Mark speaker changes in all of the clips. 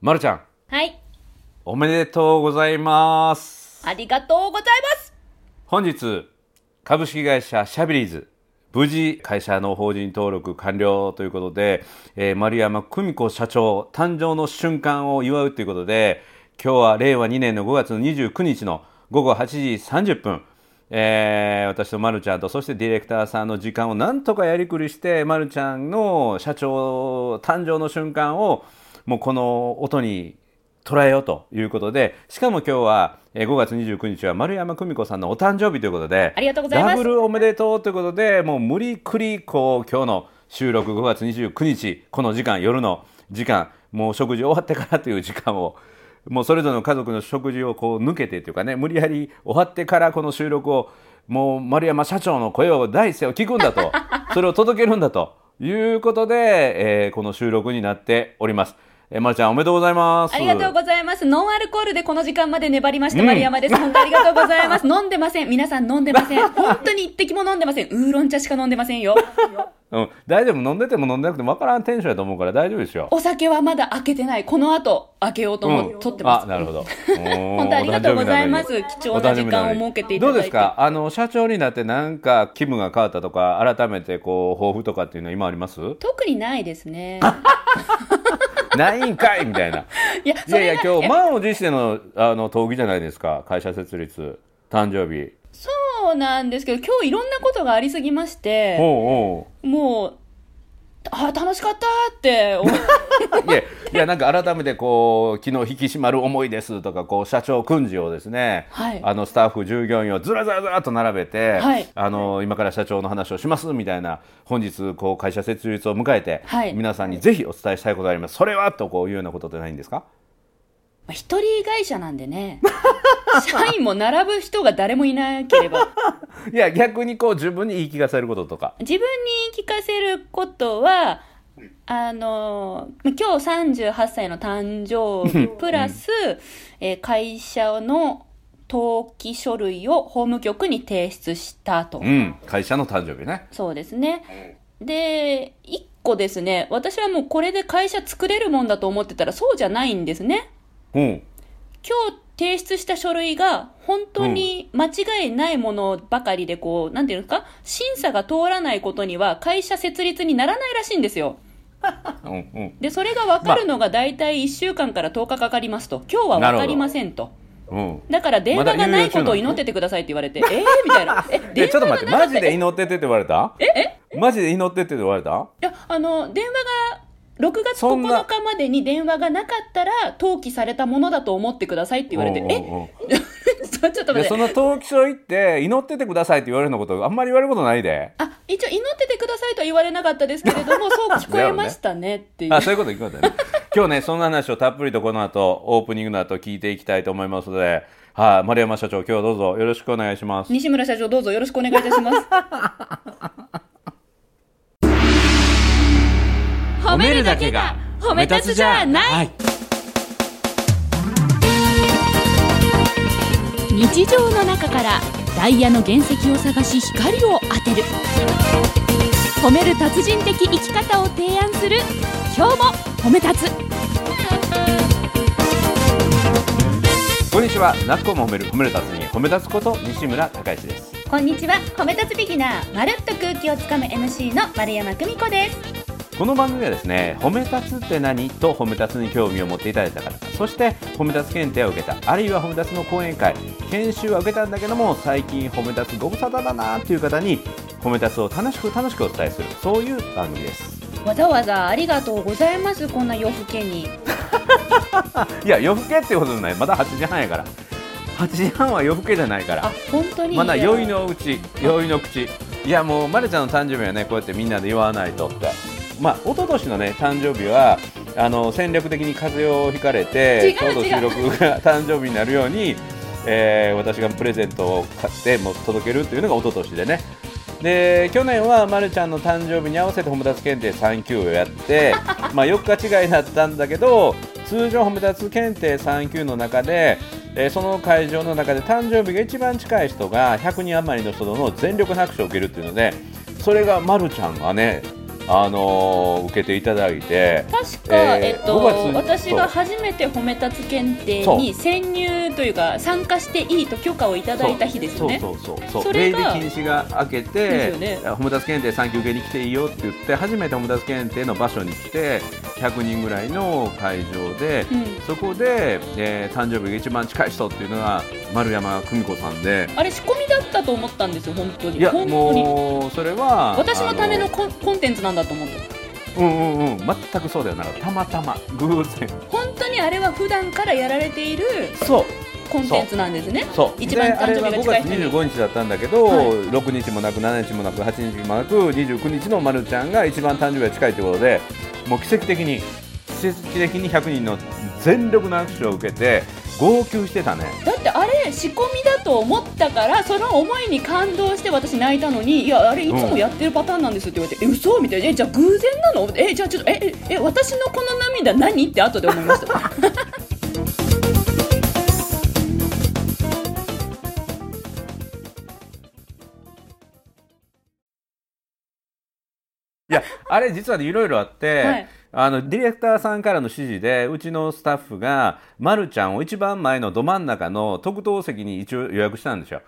Speaker 1: まるちゃん、
Speaker 2: はい。
Speaker 1: おめでとうございます。
Speaker 2: ありがとうございます。
Speaker 1: 本日、株式会社シャビリーズ、無事会社の法人登録完了ということで、えー丸山久美子社長誕生の瞬間を祝うということで、今日は令和2年の5月の29日の午後8時30分、えー私とまるちゃんとそしてディレクターさんの時間をなんとかやりくりして、まるちゃんの社長誕生の瞬間をもうこの音に捉えようということでしかも今日はえー5月29日は丸山久美子さんのお誕生日ということで
Speaker 2: ありがとうございま
Speaker 1: ダ
Speaker 2: す
Speaker 1: ブルおめでとうということでもう無理くりこう今日の収録5月29日この時間夜の時間もう食事終わってからという時間をもうそれぞれの家族の食事をこう抜けてというかね無理やり終わってからこの収録をもう丸山社長の声を第一声を聞くんだ とそれを届けるんだということで、えーこの収録になっております。えー、まるちゃんおめでとうございます。
Speaker 2: ありがとうございます。ノンアルコールでこの時間まで粘りました、丸山です。本当ありがとうございます。 飲んでません。皆さん飲んでま せん。本当に一滴も飲んでません。ウーロン茶しか飲んでませんよ。
Speaker 1: うん、大丈夫飲んでても飲んでなくても分からんテンションやと思うから大丈夫ですよ。
Speaker 2: お酒はまだ開けてない。この後、開けようと思って、
Speaker 1: うん
Speaker 2: 取ってま
Speaker 1: あ
Speaker 2: す。
Speaker 1: なるほ ど
Speaker 2: 本
Speaker 1: 本
Speaker 2: 当ありがとうございます貴重な時間を設けていた
Speaker 1: どう
Speaker 2: だいて
Speaker 1: ですかあの社長になってなんか気分が変わったとか改めてこう抱負とかっていうのは今あります
Speaker 2: 特にないですね。
Speaker 1: ないんかいみたいない
Speaker 2: や、
Speaker 1: い
Speaker 2: そ
Speaker 1: やい
Speaker 2: れ
Speaker 1: や
Speaker 2: が、
Speaker 1: 今日満を持してのあの討議じゃないですか会社設立誕生日
Speaker 2: そうなんですけど、今日いろんなことがありすぎまして、
Speaker 1: おう
Speaker 2: もう、あ、楽しかったって思
Speaker 1: お
Speaker 2: う。
Speaker 1: う いやいやなんか改めてこう昨日引き締まる思いですとかこう社長訓示をですね、
Speaker 2: はい
Speaker 1: あのスタッフ従業員をずらずらずらっと並べて、
Speaker 2: はい
Speaker 1: あの今から社長の話をしますみたいな本日こう会社設立を迎えて、
Speaker 2: はい
Speaker 1: 皆さんにぜひお伝えしたいことがありますそれはとこういうようなことってないんですか
Speaker 2: まあ一人会社なんでね、 社員も並ぶ人が誰もいなければ、
Speaker 1: いや逆にこう自分に言い聞かせることとか
Speaker 2: 自分に言い聞かせることは、あの、今日38歳の誕生日プラス、えー会社の登記書類を法務局に提出したと
Speaker 1: う。ん会社の誕生日ね
Speaker 2: そうですね。で、一個ですね、私はもうこれで会社作れるもんだと思ってたらそうじゃないんですね。
Speaker 1: うん
Speaker 2: 今日提出した書類が本当に間違いないものばかりでこう、なんていうんですか審査が通らないことには会社設立にならないらしいんですよ。
Speaker 1: うんうん
Speaker 2: で、それが分かるのが大体1週間から10日かかりますと。今日は分かりませんと。
Speaker 1: うん
Speaker 2: だから電話
Speaker 1: まだ猶
Speaker 2: が
Speaker 1: 予
Speaker 2: ない
Speaker 1: 中な
Speaker 2: こ
Speaker 1: の
Speaker 2: とを祈っててくださいって言われて、えーみた いな。え、電
Speaker 1: え
Speaker 2: 話
Speaker 1: ちょっと
Speaker 2: が
Speaker 1: 待ってマジで祈っててって言われたええマジで祈ってって言われた
Speaker 2: いや、あの、電話が、6月
Speaker 1: そんな
Speaker 2: 9日までに電話がなかったら、登記されたものだと思ってくださいって言われて、
Speaker 1: うん
Speaker 2: え
Speaker 1: うんうん
Speaker 2: ちょっと
Speaker 1: いや
Speaker 2: 待っ
Speaker 1: そ
Speaker 2: て。
Speaker 1: の登記書行って祈っててくださいって言われるのことあんまり言われることないで
Speaker 2: あ、一応祈っててくださいとは言われなかったですけれども、そう聞こえましたねっていう。
Speaker 1: あそういうこと言うことだね今日ねその話をたっぷりとこの後オープニングの後聞いていきたいと思いますのではい、丸山社長今日はどうぞよろしくお願いします
Speaker 2: 西村社長どうぞよろしくお願いいた します。
Speaker 1: は
Speaker 2: 褒
Speaker 1: い、
Speaker 2: 日常の中からダイヤの原石を探し光を当てる褒める達人的生き方を提案する今日も褒め立つ
Speaker 1: こんにちはなっこも褒める褒める達人褒め立つこと西村孝之です
Speaker 2: こんにちは褒め立つビギナーまるっと空気をつかむ MC の丸山久美子です
Speaker 1: この番組はですね褒め立つって何と褒め立つに興味を持っていただいた方そして褒め立つ検定を受けたあるいは褒め立つの講演会研修は受けたんだけども最近褒め立つご無沙汰だなっていう方に褒め立つを楽しく楽しくお伝えするそういう番組です
Speaker 2: わざわざありがとうございますこんな夜更けに
Speaker 1: いや夜更けってことじゃないまだ8時半やから8時半は夜更けじゃないから
Speaker 2: あ本当に
Speaker 1: まだ酔いのうち酔いの口いやもうまるちゃんの誕生日はねこうやってみんなで祝わないとってまあ一昨年のね誕生日はあの戦略的に風邪をひかれ
Speaker 2: 違う
Speaker 1: てちょうど
Speaker 2: 違う
Speaker 1: 収録が 誕生日になるように、えー私がプレゼントを買ってもう届けるっていうのが一昨年でねで去年はまるちゃんの誕生日に合わせて褒め立つ検定3級をやってまあ4日違いだったんだけど通常褒め立つ検定3級の中で、えーその会場の中で誕生日が一番近い人が100人余りの人の全力拍手を受けるっていうのでそれがまるちゃんがねあのー受けていただいて
Speaker 2: 確か、
Speaker 1: えー
Speaker 2: えっと
Speaker 1: 5月
Speaker 2: 私が初めて褒め立つ検定に潜入というか参加していいと許可をいただいた日ですよね
Speaker 1: そうそうそうそう
Speaker 2: それ
Speaker 1: 出入
Speaker 2: が
Speaker 1: り禁止が明け
Speaker 2: です
Speaker 1: て
Speaker 2: よね
Speaker 1: ホムダス検定産休受けに来ていいよって言って初めてホムダス検定の場所に来て100人ぐらいの会場で、
Speaker 2: うん
Speaker 1: そこで、えー誕生日が一番近い人っていうのが丸山久美子さんで
Speaker 2: あれ仕込みだったと思ったんですよ本当に
Speaker 1: いや
Speaker 2: 本当に
Speaker 1: もうそれは
Speaker 2: 私のための
Speaker 1: あ
Speaker 2: コンコンテンツなんだと思って
Speaker 1: うんうんうん全くそうではなかったたまたま偶然
Speaker 2: 本当にあれは普段からやられている
Speaker 1: そう
Speaker 2: コンテンツなんですね
Speaker 1: そう
Speaker 2: 一番
Speaker 1: であ
Speaker 2: 誕
Speaker 1: れ
Speaker 2: 生
Speaker 1: は
Speaker 2: 日
Speaker 1: 5
Speaker 2: が近い
Speaker 1: 月
Speaker 2: 人に
Speaker 1: 25日だったんだけど、
Speaker 2: はい
Speaker 1: 6日もなく7日もなく8日もなく29日のまるちゃんが一番誕生日が近いということでもう奇跡的に奇跡的に100人の全力の握手を受けて号泣してたね
Speaker 2: だってあれ仕込みだと思ったからその思いに感動して私泣いたのにいやあれいつもやってるパターンなんですって言われて、え嘘みたいなえじゃあ偶然なのえじゃあちょっとえええ私のこの涙何って後で思いました
Speaker 1: いやあれ実はねいろいろあって、
Speaker 2: はい
Speaker 1: あのディレクターさんからの指示でうちのスタッフが、ま、るちゃんを一番前のど真ん中の特等席に一応予約したんですよ。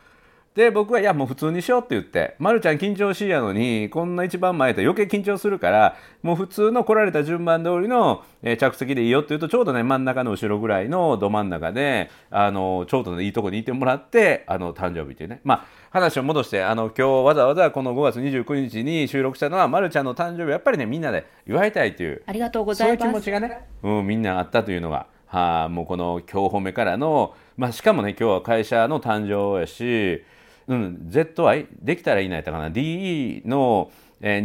Speaker 1: で僕はいやもう普通にしようって言って、ま、るちゃん緊張しいやのにこんな一番前と余計緊張するからもう普通の来られた順番通りの、えー着席でいいよって言うとちょうどね真ん中の後ろぐらいのど真ん中であのちょうど、ね、いいとこにいてもらってあの誕生日っていうねまあ話を戻してあの今日わざわざこの5月29日に収録したのは、ま、るちゃんの誕生日をやっぱりねみんなで祝いたいという
Speaker 2: ありがとうご
Speaker 1: そう
Speaker 2: ざ
Speaker 1: い
Speaker 2: いう
Speaker 1: 気
Speaker 2: ま
Speaker 1: 持
Speaker 2: す
Speaker 1: ちがね、うん、みんなあったというのが、はあ、もうこの今日褒めからの、まあ、しかもね、今日は会社の誕生やし、うん、ZI、できたらいいなやったかな、DE の、えー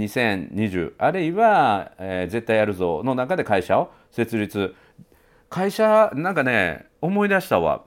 Speaker 1: 2020、あるいは、えー絶対やるぞの中で会社を設立。会社、なんかね、思い出したわ。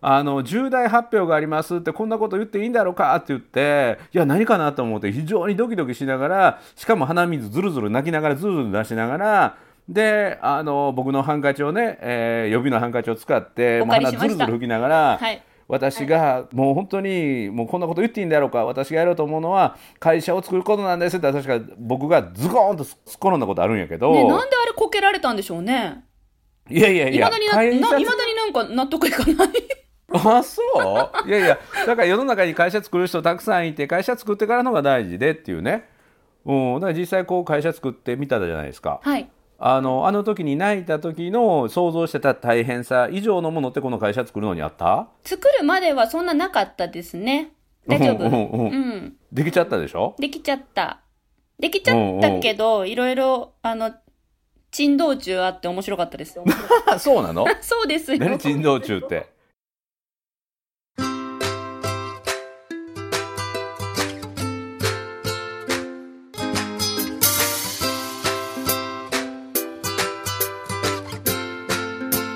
Speaker 1: あの重大発表がありますってこんなこと言っていいんだろうかって言っていや何かなと思って非常にドキドキしながらしかも鼻水ずるずる泣きながらずるずる出しながらであの僕のハンカチをね、えー予備のハンカチを使って
Speaker 2: お借り
Speaker 1: もう
Speaker 2: しま
Speaker 1: 鼻
Speaker 2: し
Speaker 1: ず
Speaker 2: た
Speaker 1: るずる拭きながら、
Speaker 2: はい
Speaker 1: 私がもう本当にもうこんなこと言っていいんだろうか私がやろうと思うのは会社を作ることなんですって確か僕がズコーンとすっ転んだことあるんやけど、
Speaker 2: ねなんであれこけられたんでしょうね
Speaker 1: いやいやい
Speaker 2: い
Speaker 1: や
Speaker 2: まだにな
Speaker 1: 会社
Speaker 2: ないまだになんか納得いか ない
Speaker 1: あそういやいやだから世の中に会社作る人たくさんいて会社作ってからのが大事でっていうね、うん、だから実際こう会社作ってみたじゃないですか
Speaker 2: はい
Speaker 1: あのあの時に泣いた時の想像してた大変さ以上のものってこの会社作るのにあった
Speaker 2: 作るまではそんななかったですね大丈夫
Speaker 1: うんうんうん
Speaker 2: うん
Speaker 1: できちゃったでしょ
Speaker 2: できちゃった。できちゃったけど、いろいろ、あの、珍道中あって面白かっ たです。
Speaker 1: あ そうなの
Speaker 2: そうですよ。
Speaker 1: 何珍道中って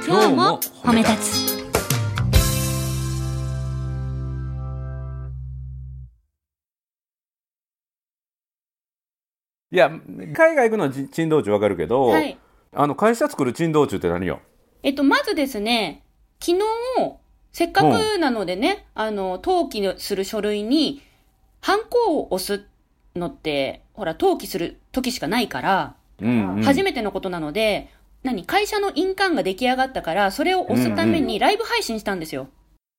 Speaker 2: 今日も褒め立つ。
Speaker 1: いや海外行くのはじ珍道中わかるけど、
Speaker 2: はい。
Speaker 1: あの会社作る珍道中って何よ
Speaker 2: えっと、まずですね、昨日、せっかくなのでね、あの、登記する書類に、ハンコを押すのって、ほら、登記する時しかないから、
Speaker 1: うん、うん、
Speaker 2: 初
Speaker 1: め
Speaker 2: めてのことなので、何会社の印鑑が出来上がったから、それを押すためにライブ配信したんですよ。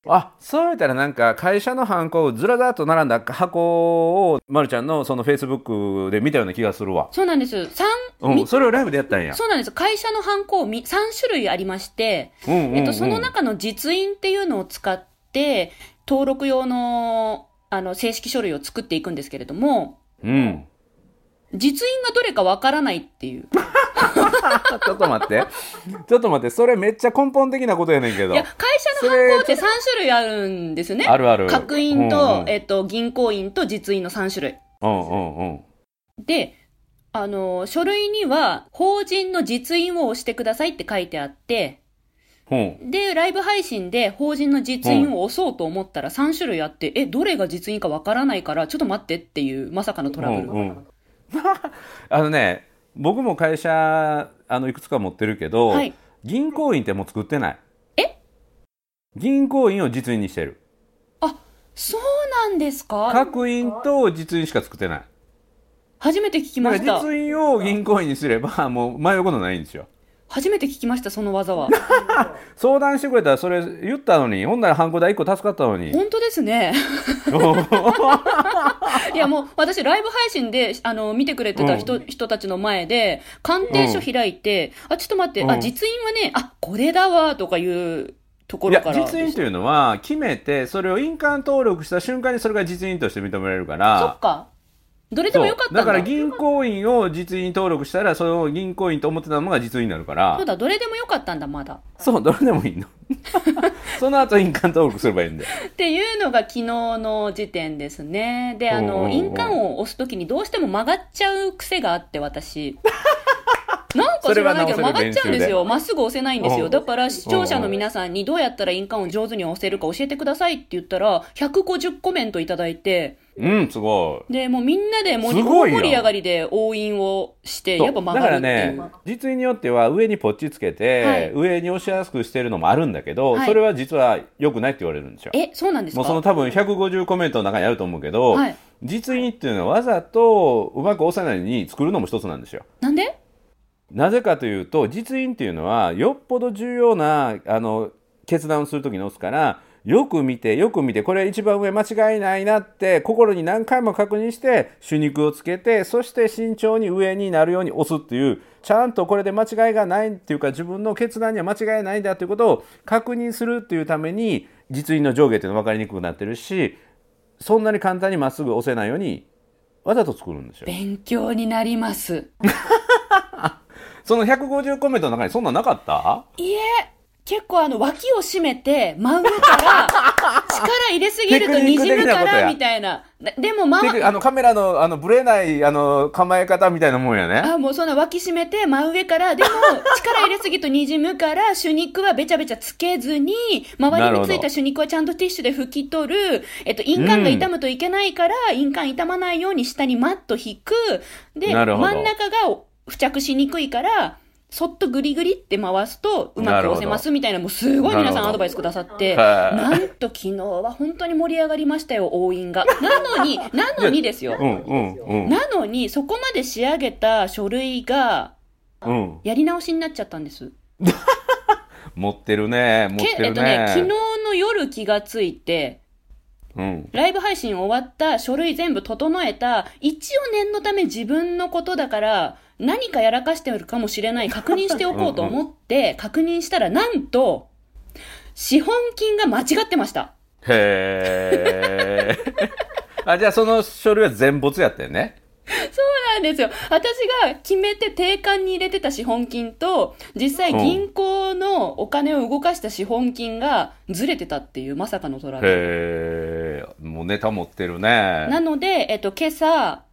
Speaker 1: あそうやったらなんか会社のハンコをずらだっと並んだ箱をまるちゃんのそのフェイスブックで見たような気がするわ、
Speaker 2: そうなんです。三
Speaker 1: うん、それをライブでやったんや
Speaker 2: そうなんです。会社のハンコをみ3種類ありまして、
Speaker 1: うんうんうん
Speaker 2: えっと、その中の実印っていうのを使って、登録用の、あの、正式書類を作っていくんですけれども、
Speaker 1: うん、
Speaker 2: 実印がどれかわからないっていう。
Speaker 1: ちょっと待ってちょっと待ってそれめっちゃ根本的なことやねんけ
Speaker 2: い
Speaker 1: ど
Speaker 2: や、会社のハンコって3種類あるんですよね。
Speaker 1: あるある
Speaker 2: 角印と、
Speaker 1: うんうん
Speaker 2: えっと、銀行印と実印の3種類。
Speaker 1: うんうんうん
Speaker 2: で、あの、書類には、法人の実印を押してくださいって書いてあって、
Speaker 1: うん
Speaker 2: で、ライブ配信で法人の実印を押そうと思ったら3種類あって、え、どれが実印かわからないから、ちょっと待ってっていう、まさかのトラブル。
Speaker 1: うんうん あのね僕も会社あのいくつか持ってるけど、
Speaker 2: はい
Speaker 1: 銀行員ってもう作ってない
Speaker 2: え
Speaker 1: 銀行員を実印にしてる
Speaker 2: あ、そうなんですか
Speaker 1: 各員と実印しか作ってない
Speaker 2: 初めて聞き
Speaker 1: な
Speaker 2: ま
Speaker 1: ん
Speaker 2: し
Speaker 1: か
Speaker 2: た
Speaker 1: 実印を銀行員にすればもう迷うことないんですよ
Speaker 2: 初めて聞きましたその技は
Speaker 1: 相談してくれたらそれ言ったのにほんならハンコ代1個助かったのに
Speaker 2: 本当で すねいやもう私ライブ配信であの見てくれてた人,、人たちの前で鑑定書開いて、あちょっと待って、
Speaker 1: う
Speaker 2: あ
Speaker 1: ん
Speaker 2: 実印はねあこれだわとかいうとこ
Speaker 1: い
Speaker 2: ろ
Speaker 1: や
Speaker 2: から
Speaker 1: 実印というのは決めてそれを印鑑登録した瞬間にそれが実印として認められるか
Speaker 2: そっ
Speaker 1: ら
Speaker 2: かどれでもよかったんだ
Speaker 1: そうだから銀行員を実印登録したらその銀行員と思ってたのが実印になるか
Speaker 2: そ
Speaker 1: ら
Speaker 2: うだどれでもよかったんだまだ
Speaker 1: そうどれでもいいの その後印鑑登録すればいいんで
Speaker 2: っていうのが昨日の時点ですね。で、あ
Speaker 1: うんうんう
Speaker 2: の、
Speaker 1: ん
Speaker 2: 印鑑を押すときにどうしても曲がっちゃう癖があっ て、私。なんか知らないけど
Speaker 1: それは直せ
Speaker 2: 曲が
Speaker 1: る
Speaker 2: っちゃうんですよ。まっすぐ押せないんです
Speaker 1: う
Speaker 2: よ。
Speaker 1: ん
Speaker 2: だから視聴者の皆さんにどうやったら印鑑を上手に押せるか教えてくださいって言ったら、150コメントいただいて、
Speaker 1: うんすごい
Speaker 2: で、もうみんなでもう
Speaker 1: すごいやん
Speaker 2: 大盛り上がりで応印をして、
Speaker 1: そう
Speaker 2: やっぱ曲
Speaker 1: だか
Speaker 2: がる
Speaker 1: ら
Speaker 2: ってい
Speaker 1: ね
Speaker 2: う。
Speaker 1: 実印によっては上にポッチつけて、
Speaker 2: はい
Speaker 1: 上に押しやすくしてるのもあるんだけど、
Speaker 2: はい
Speaker 1: それは実は良くないって言われるんですよ
Speaker 2: え、そうなんです
Speaker 1: もうその
Speaker 2: か
Speaker 1: 多分150コメントの中にあると思うけど、
Speaker 2: はい
Speaker 1: 実印っていうのはわざとうまく押さないように作るのも一つなんですよ。
Speaker 2: なんで
Speaker 1: なぜかというと実印っていうのはよっぽど重要なあの決断をする時に押すからよく見てよく見てこれ一番上間違いないなって心に何回も確認して手肉をつけてそして慎重に上になるように押すっていうちゃんとこれで間違いがないっていうか自分の決断には間違いないんだということを確認するっていうために実印の上下っていうの分かりにくくなってるしそんなに簡単にまっすぐ押せないようにわざと作るんですよ。
Speaker 2: 勉強になります。
Speaker 1: その150コメントの中にそんなんなかった
Speaker 2: いえ、結構あの、脇を締めて、真上 から、力入れすぎると滲む
Speaker 1: テ
Speaker 2: か
Speaker 1: クニック的なこと
Speaker 2: ら、
Speaker 1: や
Speaker 2: みたいな。なでも、ま
Speaker 1: てかあのカメラのあのブレないあの構え方みたいなもんやね。
Speaker 2: あ、もうそんな脇締めて、真上から、でも、力入れすぎと滲むから、 手肉はべちゃべちゃつけずに、周りについた手肉はちゃんとティッシュで拭き取る、えっと、印鑑が傷むといけないから、印鑑傷まないように下にマット引く、で、真
Speaker 1: なる
Speaker 2: ん
Speaker 1: ほど
Speaker 2: 中が付着しにくいから、そっとグリグリって回すとうまく押せますみたいな、もうすごい皆
Speaker 1: なるほ
Speaker 2: さん
Speaker 1: ど
Speaker 2: アドバイスくださって、
Speaker 1: はい
Speaker 2: なんと昨日は本当に盛り上がりましたよ、応印が。なの に、なのにですよ
Speaker 1: う。んうんうん
Speaker 2: なのに、そこまで仕上げた書類が、
Speaker 1: うん。
Speaker 2: やり直しになっちゃったんです。
Speaker 1: 持ってるね持
Speaker 2: け
Speaker 1: って
Speaker 2: え
Speaker 1: る
Speaker 2: っとね、昨日
Speaker 1: ね。
Speaker 2: の夜気がついて、
Speaker 1: うん
Speaker 2: ライブ配信終わった、書類全部整えた、一応念のため自分のことだから、何かやらかしてるかもしれない、確認しておこうと 思って、確認したら、なんと、資本金が間違ってました。
Speaker 1: へえ。 あじゃあその書類は全没やったよね。
Speaker 2: そうなんですよ。私が決めて定款に入れてた資本金と、実際銀行のお金を動かした資本金がずれてたっていうまさかのトラブル。
Speaker 1: へえ。もうネタ持ってるね。
Speaker 2: なので、えっと、今朝、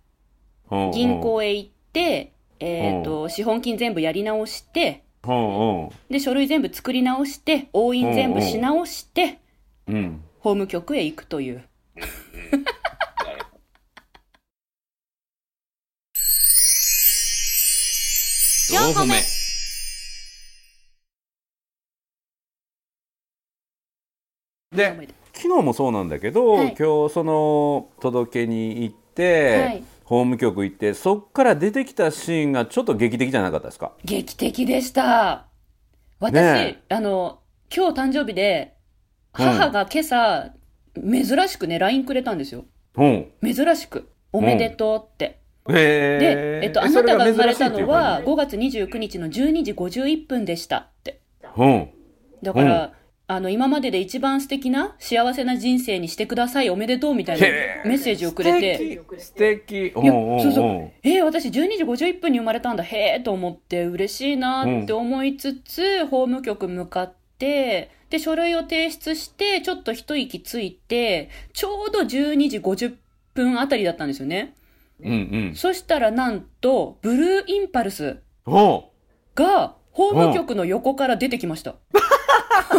Speaker 1: うんうん
Speaker 2: 銀行へ行って、えっと、資本金全部やり直して、
Speaker 1: うんうん
Speaker 2: で、書類全部作り直して、押印全部し直して、
Speaker 1: うん。
Speaker 2: 法務局へ行くという。4個目
Speaker 1: で昨日もそうなんだけど、
Speaker 2: はい
Speaker 1: 今日その届けに行って、
Speaker 2: はい
Speaker 1: 法務局行ってそっから出てきたシーンがちょっと劇的じゃなかったですか
Speaker 2: 劇的でした。私、
Speaker 1: ね
Speaker 2: あの、今日誕生日で、
Speaker 1: うん
Speaker 2: 母が今朝、珍しくね、LINE くれたんですよ。
Speaker 1: うん
Speaker 2: 珍しく。おめでとうって。
Speaker 1: へ
Speaker 2: で
Speaker 1: ー、
Speaker 2: えっと、あなたが生まれたのは、5月29日の12時51分でしたって。
Speaker 1: それが珍しいっていう感じ
Speaker 2: だから、
Speaker 1: う
Speaker 2: あの、今までで一番素敵な幸せな人生にしてください、おめでとうみたいな
Speaker 1: へー
Speaker 2: メッセージをくれて。
Speaker 1: うん、素敵素敵
Speaker 2: いや
Speaker 1: うんうんうん
Speaker 2: そうそうえー私12時51分に生まれたんだ、へえと思って嬉しいなって思いつつ、法務局向かって、で、書類を提出して、ちょっと一息ついて、ちょうど12時50分あたりだったんですよね。
Speaker 1: うんうん
Speaker 2: そしたらなんと、ブルーインパルス
Speaker 1: お
Speaker 2: が、法務局の横から出てきました。
Speaker 1: う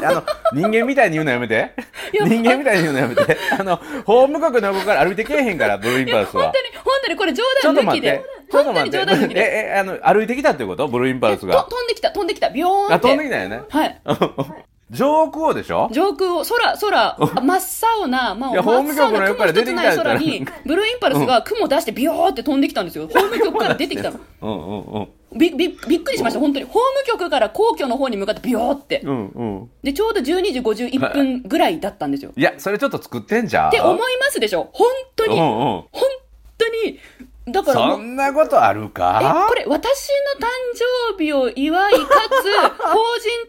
Speaker 1: あの人間みたいに言うのやめて
Speaker 2: いや
Speaker 1: 人間みたいに言うのやめ てあの法務局の横から歩いてけえへんからブルーインパルス
Speaker 2: 本
Speaker 1: は
Speaker 2: 当に、本当にこれ冗
Speaker 1: ちょっと
Speaker 2: 談抜
Speaker 1: 待
Speaker 2: き
Speaker 1: って
Speaker 2: で。
Speaker 1: ちょっと待って
Speaker 2: 本当に冗談抜きで。
Speaker 1: ええあの歩いてきたってことブルーインパルス
Speaker 2: と
Speaker 1: が
Speaker 2: 飛んできた、飛んできた、ビヨーンって。
Speaker 1: あ飛んできたよね
Speaker 2: はい。
Speaker 1: 上空でしょ
Speaker 2: 上空を、空、空、あ真っ青な、まあ、
Speaker 1: いや
Speaker 2: 真っ青
Speaker 1: 法務局の
Speaker 2: な
Speaker 1: やっぱ
Speaker 2: 雲
Speaker 1: り出て
Speaker 2: 一つ
Speaker 1: き
Speaker 2: な
Speaker 1: た
Speaker 2: い
Speaker 1: んだ
Speaker 2: 空に、ブルーインパルスが雲出してビヨーって飛んできたんですよ。法務局から出てきたの。
Speaker 1: うんうんうん。
Speaker 2: び、び、びっくりしました、本当に。法務局から皇居の方に向かってビヨーって。
Speaker 1: うんうん。
Speaker 2: で、ちょうど12時51分ぐらいだったんですよ。っ
Speaker 1: いや、それちょっと作ってんじゃん。
Speaker 2: て思いますでしょ本当
Speaker 1: うん
Speaker 2: に。本
Speaker 1: うん。
Speaker 2: 当に。だからも、
Speaker 1: そうんなことある
Speaker 2: え
Speaker 1: か
Speaker 2: これ私の誕生日を祝いかつ法人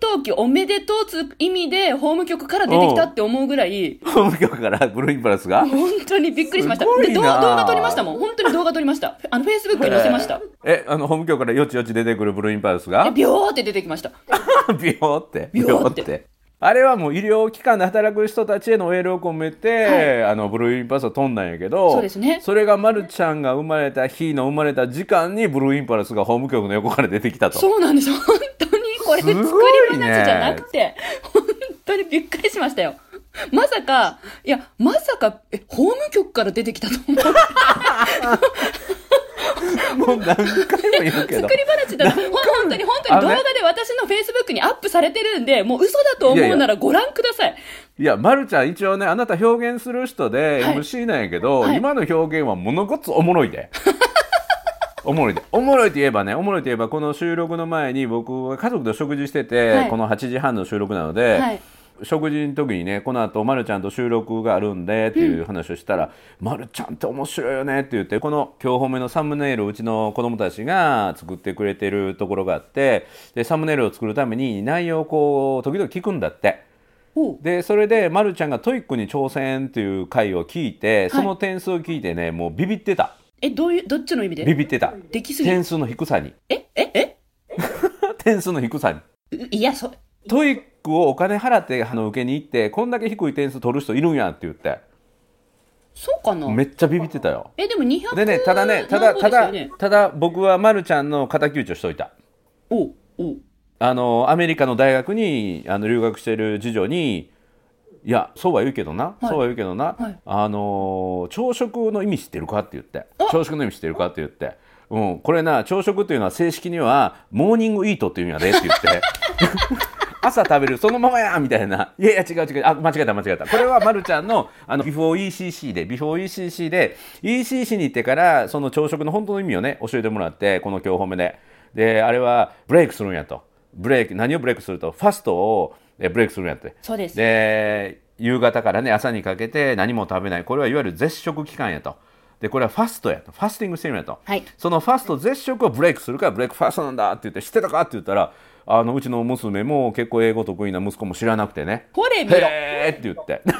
Speaker 2: 登記おめでとうつ意味で法務局から出てきたって思うぐらい
Speaker 1: 法務局からブルーインパルスが
Speaker 2: 本当にびっくりしました
Speaker 1: すごいな
Speaker 2: で動画動画撮りましたもん本当に動画撮りましたあのフェイスブックに載せました
Speaker 1: え、あの、法務局からよちよち出てくるブルーインパルスが
Speaker 2: でビョーって出てきました
Speaker 1: ビヨーって。
Speaker 2: ビヨーって
Speaker 1: あれはもう医療機関で働く人たちへのエールを込めて、あのブルーインパルスを飛んだんやけど
Speaker 2: そうですね
Speaker 1: それがまるちゃんが生まれた日の生まれた時間にブルーインパルスが法務局の横から出てきたと
Speaker 2: そうなんです本当にこれ
Speaker 1: すご
Speaker 2: 作
Speaker 1: いね
Speaker 2: り話じゃなくて、本当にびっくりしましたよまさかいやまさかえ法務局から出てきたと思って
Speaker 1: もう何回も言うけど
Speaker 2: 作り話だと、本当に本当に動画で私のフェイスブックにアップされてるんで、もう嘘だと思うならご覧ください。
Speaker 1: いや、ま、るちゃん一応ねあなた表現する人で
Speaker 2: はい
Speaker 1: MC なんやけど、
Speaker 2: はい
Speaker 1: 今の表現はものごつおもろいで。 おもろいでおもろいといえばねおもろいといえばこの収録の前に僕が家族と食事してて、
Speaker 2: はい
Speaker 1: この8時半の収録なので、
Speaker 2: はい
Speaker 1: 食事の時にねこの後まるちゃんと収録があるんでっていう話をしたら「まるちゃんって面白いよね」って言ってこの今日褒めのサムネイルをうちの子供たちが作ってくれてるところがあってでサムネイルを作るために内容をこう時々聞くんだって。
Speaker 2: おう
Speaker 1: でそれで、ま、るちゃんがトイックに挑戦っていう回を聞いてその点数を聞いてね、もうビビってた
Speaker 2: え、どういう、どっちの意味
Speaker 1: ビ
Speaker 2: で
Speaker 1: ビってた
Speaker 2: できすぎえ、
Speaker 1: 点数の低さに
Speaker 2: え、え
Speaker 1: 点数の低さに
Speaker 2: ういや、そ、
Speaker 1: トイックをお金払ってあの受けに行ってこんだけ低い点数取る人いるんやんって言って
Speaker 2: そうかな
Speaker 1: めっちゃビビってたよ
Speaker 2: え、でも200
Speaker 1: でねただねただ
Speaker 2: 何歩
Speaker 1: た
Speaker 2: です
Speaker 1: だ
Speaker 2: よね
Speaker 1: ただ僕はまるちゃんの敵討ちをしといた
Speaker 2: おうおう
Speaker 1: あのアメリカの大学にあの留学してる次女にいやそうは言うけどな、
Speaker 2: い
Speaker 1: そうは言うけどな、
Speaker 2: はい
Speaker 1: あのー朝食の意味知ってるかって言って
Speaker 2: あ
Speaker 1: 朝食の意味知ってるかって言って、うん、これな朝食というのは正式にはモーニングイートっていうんやでって言って朝食べるそのままやみたいないやいや違う違うあ間違えた間違えたこれはまるちゃんのあの BeforeECC で BeforeECC で ECC に行ってからその朝食の本当の意味をね教えてもらってこの今日褒めでであれはブレイクするんやとブレイク何をブレイクするとファストをえブレイクするんやって
Speaker 2: そうです。
Speaker 1: で夕方からね朝にかけて何も食べないこれはいわゆる絶食期間やとでこれはファストやとファスティングしてるんやと、
Speaker 2: はい
Speaker 1: そのファスト絶食をブレイクするからブレイクファストなんだって言って知ってたかって言ったらあのうちの娘も結構英語得意な息子も知らなくてね
Speaker 2: こ
Speaker 1: 「
Speaker 2: れ見ろ。
Speaker 1: へーって言って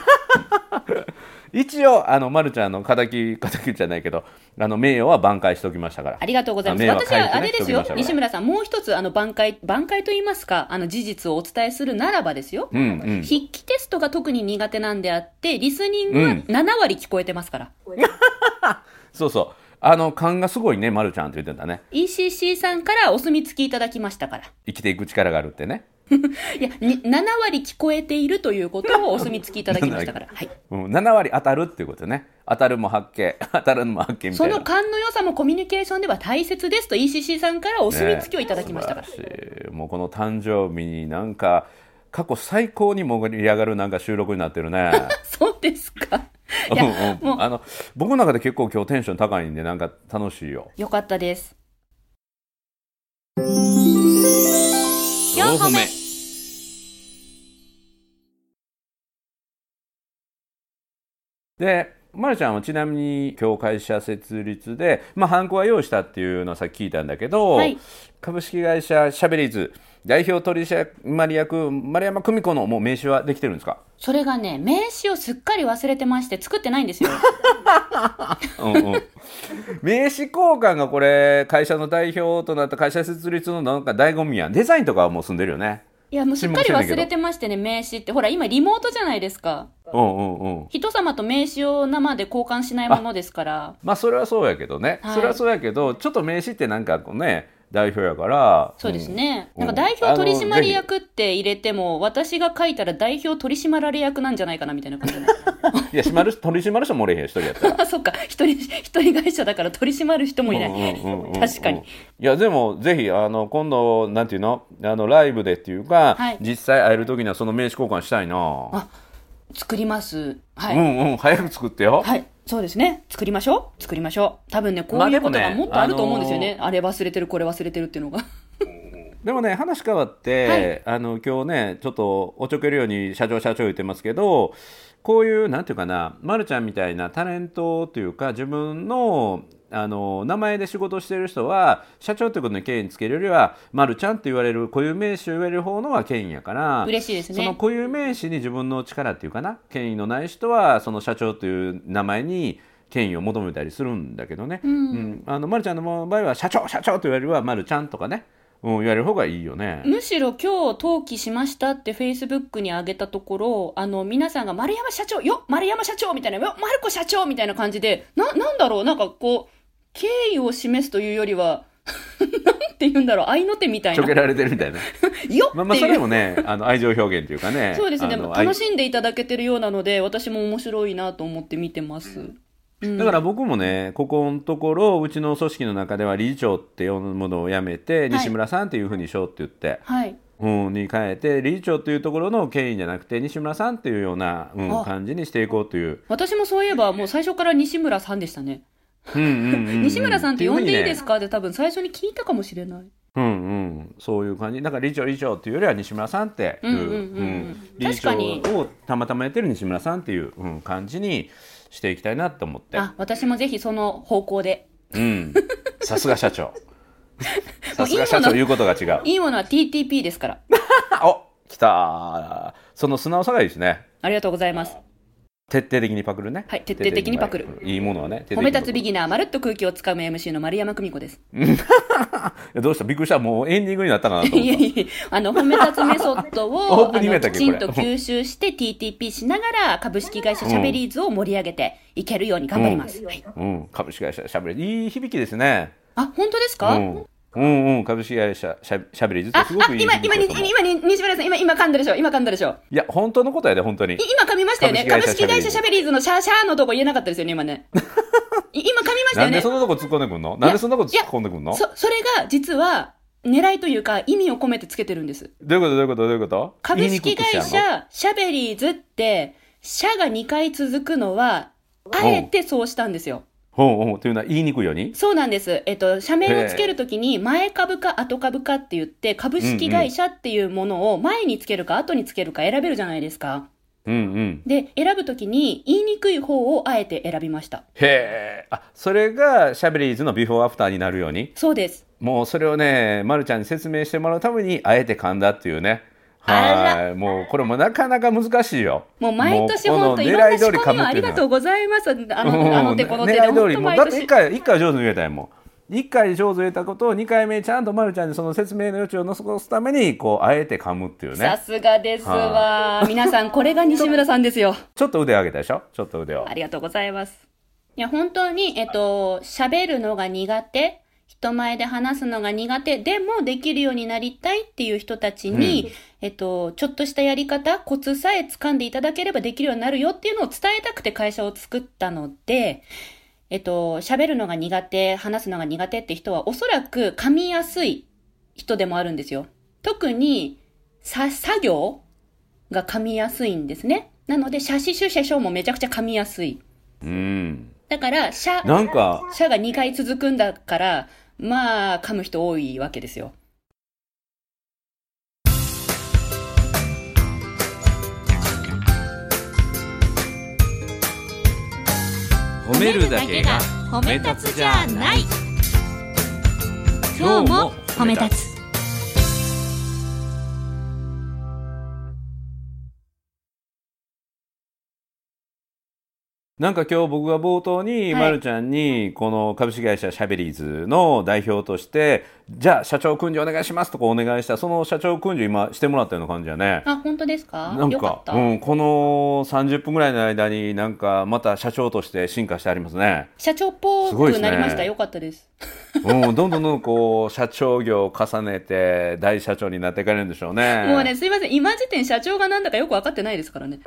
Speaker 1: 一応あの、ま、るちゃんの敵敵じゃないけどあの名誉は挽回しておきましたから
Speaker 2: ありがとうございます。
Speaker 1: 名誉
Speaker 2: 私
Speaker 1: 回
Speaker 2: は
Speaker 1: 復
Speaker 2: あ
Speaker 1: ね
Speaker 2: れです
Speaker 1: し
Speaker 2: よ
Speaker 1: ておきましたから、
Speaker 2: 西村さん、もう一つ、あの、挽回、挽回と言いますか、あの、事実をお伝えするならばですよ。
Speaker 1: うんうん
Speaker 2: 筆記テストが特に苦手なんであって、リスニングは
Speaker 1: うん
Speaker 2: 7割聞こえてますから。
Speaker 1: そうそうあの勘がすごいね、ま、るちゃんって言ってたね
Speaker 2: ECC さんからお墨付きいただきましたから。
Speaker 1: 生きていく力があるってね
Speaker 2: いや、に7割聞こえているということをお墨付きいただきまし たから。はい。
Speaker 1: うん、7割当たるっていうことね当たるも発見 当たるのも発見みた
Speaker 2: そ
Speaker 1: いな
Speaker 2: の勘の良さもコミュニケーションでは大切ですと ECC さんからお墨付きをいただきましたから。
Speaker 1: 素晴らしいもうこの誕生日になんか過去最高に盛り上がるなんか収録になってるね
Speaker 2: そうで すか。 い
Speaker 1: うん
Speaker 2: や、
Speaker 1: うん
Speaker 2: もう、
Speaker 1: あの僕の中で結構今日テンション高いんでなんか楽しいよ
Speaker 2: よかったです。
Speaker 1: 4
Speaker 2: 4
Speaker 1: 歩
Speaker 2: 歩
Speaker 1: 目
Speaker 2: 目
Speaker 1: で、ま、るちゃんはちなみに今日会社設立で、まあ、ハンコは用意したっていうのはさっき聞いたんだけど、
Speaker 2: はい
Speaker 1: 株式会社シャベリーズ代表取締役丸山久美子のもう名刺はできてるんですか、
Speaker 2: それがね、名刺をすっかり忘れてまして作ってない んですよ。
Speaker 1: うん うん、名刺交換がこれ会社の代表となった会社設立のなんか醍醐味やんデザインとかはもう済んでるよね。
Speaker 2: いや、もうすっかり忘れてましてね、名刺って。ほら、今リモートじゃないですか。
Speaker 1: うんうんうん
Speaker 2: 人様と名刺を生で交換しないものですから。
Speaker 1: まあそれはそうやけどね、
Speaker 2: はい
Speaker 1: それはそうやけどちょっと名刺ってなんかこうね代表やから
Speaker 2: そうですね、
Speaker 1: うん
Speaker 2: なんか代表取締役って入れても私が書いたら代表取締られ役なんじゃないかなみたいな感じじゃ ない
Speaker 1: うんいや締まる取り締まる人もおれへん一人やったら
Speaker 2: あそっか一人一人会社だから取り締まる人もいない、
Speaker 1: うんうんうんうん
Speaker 2: 確かに
Speaker 1: いやでもぜひあの今度なんていうのあのライブでっていうか、
Speaker 2: はい
Speaker 1: 実際会える時にはその名刺交換したいな、
Speaker 2: あ作りますはい、
Speaker 1: うんうん早く作ってよ、
Speaker 2: はいそうですね作りましょう作りましょう多分ねこういうこと
Speaker 1: まあでもね
Speaker 2: がもっとあると思うんですよね,、あれ忘れてるこれ忘れてるっていうの が
Speaker 1: でもね話変わって、あの今日ねちょっとおちょけるように社長社長言ってますけどこういうなんていうかな、ま、るちゃんみたいなタレントというか自分のあの名前で仕事してる人は社長ということの権威につけるよりは、ま、るちゃんって言われる固有名詞を言われる方のは権威やから
Speaker 2: 嬉しいですね
Speaker 1: その固有名詞に自分の力っていうかな権威のない人はその社長という名前に権威を求めたりするんだけどね、
Speaker 2: ん
Speaker 1: うんあのま、るちゃんの場合は社長社長と言われるはま、るちゃんとかね、うん、言われる方がいいよね。
Speaker 2: むしろ今日登記しましたってフェイスブックに上げたところあの皆さんが丸山社長よ丸山社長みたいなよマルコ社長みたいな感じでななんだろうなんかこう敬意を示すというよりは なんて言うんだろう愛の手みたい
Speaker 1: ち
Speaker 2: な
Speaker 1: ょけられてるみ たいな。
Speaker 2: よっていう、
Speaker 1: まあまあそれもね、あの愛情表現というかね。
Speaker 2: そうですね
Speaker 1: あの
Speaker 2: 楽しんでいただけてるようなので私も面白いなと思って見てます、うん
Speaker 1: だから僕もね、ここのところ、うちの組織の中では理事長って呼ぶものをやめて、西村さんっていうふうにしようって言って、
Speaker 2: はい
Speaker 1: うん、に変えて、理事長というところの権威じゃなくて、西村さんっていうような、うん、
Speaker 2: あ
Speaker 1: 感じにしていこうという。
Speaker 2: 私もそういえばもう最初から西村さんでしたね
Speaker 1: うんうんうんうん
Speaker 2: 西村さんって呼んでいいです
Speaker 1: か
Speaker 2: かって多分最初に聞いたかもしれない
Speaker 1: うんうん、そういう感じ。だから理事長、理事長っていうよりは西村さんっていう、
Speaker 2: うんうんうんうん
Speaker 1: 理事
Speaker 2: 確かに
Speaker 1: 長をたまたまやってる西村さんっていう、うん、感じにしていきたいなと思って。
Speaker 2: あ私もぜひその方向で
Speaker 1: うん。さすが社 長。さすが社長言うことが違う。
Speaker 2: いいものは TTP ですから
Speaker 1: あお来たその素直さがいいですね。
Speaker 2: ありがとうございます
Speaker 1: 徹底的にパクるね。
Speaker 2: はい徹底的にパクる
Speaker 1: 徹底的にいいものはね。
Speaker 2: 褒め立つビ
Speaker 1: ギ
Speaker 2: ギナーまるっと空気をつかむ MC の丸山久美 子です
Speaker 1: どうしたびっくりした。もうエンディングになったかなと思っ
Speaker 2: いやいやいやあの褒め立つメソッ ド
Speaker 1: オー
Speaker 2: を
Speaker 1: プ
Speaker 2: あ
Speaker 1: ニングや
Speaker 2: の
Speaker 1: ったっ
Speaker 2: き
Speaker 1: け
Speaker 2: ちんと
Speaker 1: これ
Speaker 2: 吸収して TTP しながら株式会社シャベリーズを盛り上げていけるように頑張ります、はい、
Speaker 1: た。うん。株式会社しゃべり、いい響きですね。
Speaker 2: あ本当です
Speaker 1: う
Speaker 2: か、
Speaker 1: ん。うんうん。株式会社しゃしゃべりずっ
Speaker 2: あ
Speaker 1: とすご
Speaker 2: あ
Speaker 1: くいい
Speaker 2: 今
Speaker 1: 響き
Speaker 2: 今に
Speaker 1: だと思う。
Speaker 2: 今に西村さん今今噛んだでしょ今噛んだでしょ
Speaker 1: いや、本当のことやで、本当に
Speaker 2: い。今噛みましたよね
Speaker 1: 株
Speaker 2: 株式
Speaker 1: 式
Speaker 2: 会
Speaker 1: 会社
Speaker 2: 社シ
Speaker 1: シ
Speaker 2: ャ
Speaker 1: ャ
Speaker 2: ベリーズのシャーシャーのとこ言えなかったですよね今ねい今噛みました
Speaker 1: な
Speaker 2: よ
Speaker 1: んで
Speaker 2: ね
Speaker 1: そんなとこ突っ込んでくんのなんでそんなこと
Speaker 2: いや
Speaker 1: 突っ込んでくんの
Speaker 2: そ、それが実は狙いというか意味を込めてつけてるんです。
Speaker 1: どういうことどういうことどういうこと
Speaker 2: 株
Speaker 1: 言いにく
Speaker 2: 式
Speaker 1: くしちゃ
Speaker 2: 会
Speaker 1: うの
Speaker 2: 社、シャベリーズって、社が2回続くのは、あえてそうしたんですよ。
Speaker 1: ほうほう。というのは言いにくいように
Speaker 2: そうなんです。えっと、社名をつけるときに、前株か後株かって言って、株式会社っていうものを前につけるか後につけるか選べるじゃないですか。
Speaker 1: うんうん。
Speaker 2: で、選ぶときに、言いにくい方をあえて選びました。
Speaker 1: へえ。あ、それがシャベリーズのビフォーアフターになるように。
Speaker 2: そうです。
Speaker 1: もうそれをね、まるちゃんに説明してもらうために、あえて噛んだっていうね。
Speaker 2: あ
Speaker 1: はい。もうこれもなかなか難しいよ。
Speaker 2: もう毎年
Speaker 1: もう
Speaker 2: 本
Speaker 1: こ
Speaker 2: 当
Speaker 1: の
Speaker 2: いろんな
Speaker 1: 狙い
Speaker 2: 仕
Speaker 1: 通り
Speaker 2: 込
Speaker 1: 噛
Speaker 2: みを
Speaker 1: む
Speaker 2: あ
Speaker 1: っていうの
Speaker 2: りが
Speaker 1: は
Speaker 2: とうございます。あの、あ
Speaker 1: う
Speaker 2: の
Speaker 1: ん
Speaker 2: 手この手で、
Speaker 1: 狙い通
Speaker 2: 本
Speaker 1: り
Speaker 2: 当
Speaker 1: もう
Speaker 2: 毎
Speaker 1: だって
Speaker 2: 年
Speaker 1: 一。回一回上手に言えたやんもん一回上手に言えたことを二回目ちゃんとまるちゃんにその説明の余地を残すためにこうあえて噛むっていう
Speaker 2: さ
Speaker 1: ね
Speaker 2: すがですわ。皆さん、これが西村さんですよ。
Speaker 1: ちょっと腕上げたでしょちょっと腕を
Speaker 2: ありがとうございます。いや、本当に、えっと、喋るのが苦手、人前で話すのが苦手、でもできるようになりたいっていう人たちに、えっと、ちょっとしたやり方、コツさえ掴んでいただければできるようになるよっていうのを伝えたくて会社を作ったので、えっと、喋るのが苦手、話すのが苦手って人は、おそらく噛みやすい人でもあるんですよ。特に、さ、作業が噛みやすいんですね。なので、写真集、写真もめちゃくちゃ噛みやすい。
Speaker 1: うん
Speaker 2: だから、社、
Speaker 1: なんか
Speaker 2: 社が2回続くんだから、まあ、噛む人多いわけですよ。
Speaker 1: 褒めるだけが
Speaker 2: 褒
Speaker 1: め立つじゃない今日も褒め立
Speaker 2: つ。
Speaker 1: なんか今日僕が冒頭に、
Speaker 2: はい
Speaker 1: まるちゃんにこの株式会社シャベリーズの代表としてじゃあ社長訓示お願いしますとこうお願いしたその社長訓示今してもらったような感じやね。
Speaker 2: あ、本当ですか
Speaker 1: なん
Speaker 2: よか
Speaker 1: か
Speaker 2: った。
Speaker 1: うん、この30分ぐらいの間になんかまた社長として進化してありますね。
Speaker 2: 社長っぽ
Speaker 1: すごいで
Speaker 2: く
Speaker 1: す
Speaker 2: な
Speaker 1: ね
Speaker 2: りました。よかったです。
Speaker 1: うん、どんどんどんどんこう社長業を重ねて大社長になっていかれるんでしょうね。
Speaker 2: もうね、すいません。今時点社長がなんだかよく分かってないですからね。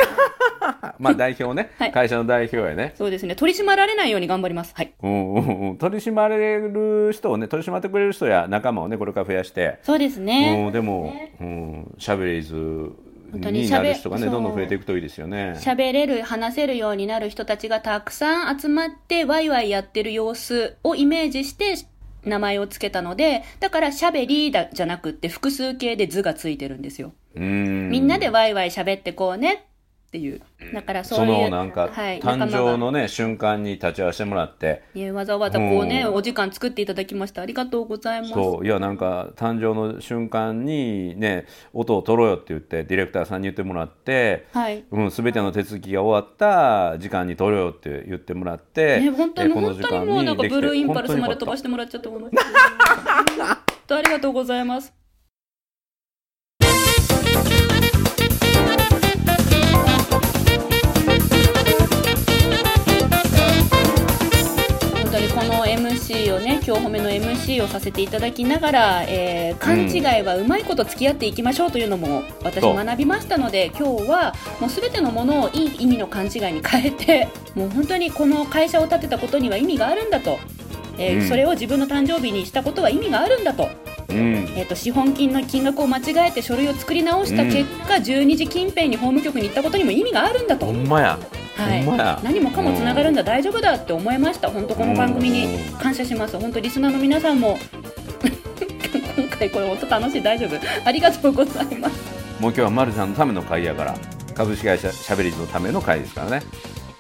Speaker 1: まあ代表ね、
Speaker 2: はい
Speaker 1: 会社の代表やね。
Speaker 2: そうですね。取り締まられないように頑張ります。はい。
Speaker 1: うんうんうん、取り締まれる人をね、取り締まってくれる人や仲間をね、これから増やして、
Speaker 2: そうですね。
Speaker 1: うん、でも、うん、しゃべりず
Speaker 2: 本当に
Speaker 1: になる人がね、
Speaker 2: しゃべ
Speaker 1: どんどん増えていくといいですよね。
Speaker 2: 喋れる、話せるようになる人たちがたくさん集まって、ワイワイやってる様子をイメージして、名前をつけたので、だから喋りだじゃなくって複数形で図がついてるんですよ。
Speaker 1: うん、
Speaker 2: みんなでワイワイ喋ってこうねっていう。だからそ
Speaker 1: そ
Speaker 2: ういう。
Speaker 1: のなんか、
Speaker 2: はい、
Speaker 1: 誕
Speaker 2: 仲間
Speaker 1: 生
Speaker 2: が
Speaker 1: のね、瞬間に立ち会わせてもらって、
Speaker 2: ね、わざわざこうね、
Speaker 1: うん
Speaker 2: お時間作っていただきました。ありがとうございます。
Speaker 1: そういやなんか誕生の瞬間にね音を取ろうよって言ってディレクターさんに言ってもらって、
Speaker 2: はい。
Speaker 1: うん、全ての手続きが終わった時間に取ろうよって言ってもらって、
Speaker 2: ね、本当に、
Speaker 1: えこの
Speaker 2: 本
Speaker 1: 時
Speaker 2: 当
Speaker 1: 間
Speaker 2: にもうなんか
Speaker 1: でき
Speaker 2: ブ
Speaker 1: て
Speaker 2: ルーインパルスまで
Speaker 1: 本当によか
Speaker 2: 飛ば
Speaker 1: っ
Speaker 2: してもらっちゃってごめんなさい。本当ありがとうございます。本当にこの MC をね今日褒めの MC をさせていただきながら、えー勘違いはうまいこと付き合っていきましょうというのも私
Speaker 1: そう
Speaker 2: 学びましたので今日はもう全てのものをいい意味の勘違いに変えてもう本当にこの会社を建てたことには意味があるんだと、えー
Speaker 1: うん
Speaker 2: それを自分の誕生日にしたことは意味があるんだと,、
Speaker 1: うん
Speaker 2: えー、と資本金の金額を間違えて書類を作り直した結果、12時近辺に法務局に行ったことにも意味があるんだと。
Speaker 1: ほんまや
Speaker 2: はい
Speaker 1: ほんまや、
Speaker 2: 何もかもつながるんだ、大丈夫だって思いました本当この番組に感謝します本当リスナーの皆さんも 今回これ本当楽しい大丈夫ありがとうございます
Speaker 1: もう今日は丸さんのための会やから株式会社しゃべりずのための会ですからね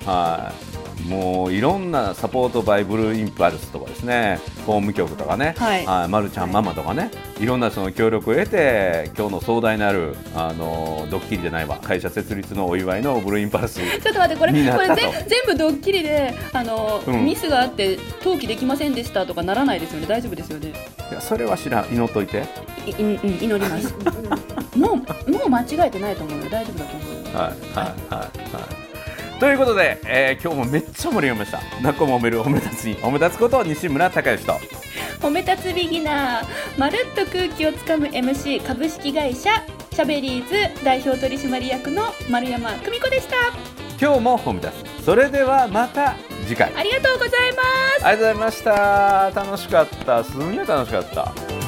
Speaker 1: はいもういろんなサポートバイブルーインパルスとかですね法務局とかね、
Speaker 2: はい
Speaker 1: まるちゃんママとかねいろんなその協力を得て今日の壮大なるあのドッキリじゃないわ会社設立のお祝いのブルーインパルス
Speaker 2: ちょっと待ってこれ
Speaker 1: みんな
Speaker 2: これ
Speaker 1: ちょっ
Speaker 2: ぜ全部ドッキリであの、
Speaker 1: うん
Speaker 2: ミスがあって登記できませんでしたとかならないですよね大丈夫ですよね
Speaker 1: いやそれは知らん祈っといて、
Speaker 2: いいうん祈ります もうもう間違えてないと思うよ大丈夫だと思う
Speaker 1: はい
Speaker 2: よ
Speaker 1: はいはいはい。ということで、えー今日もめっちゃ盛り上がりました。なっこも褒める褒め立つに褒め立つこと西村孝之と。
Speaker 2: 褒め立つビギナーまるっと空気をつかむ MC 株式会社シャベリーズ代表取締役の丸山久美子でした
Speaker 1: 今日も褒め立つ。それではまた次回。あ
Speaker 2: ありがとうございます
Speaker 1: りがとうございました。楽しかった。すんげえ楽しかった。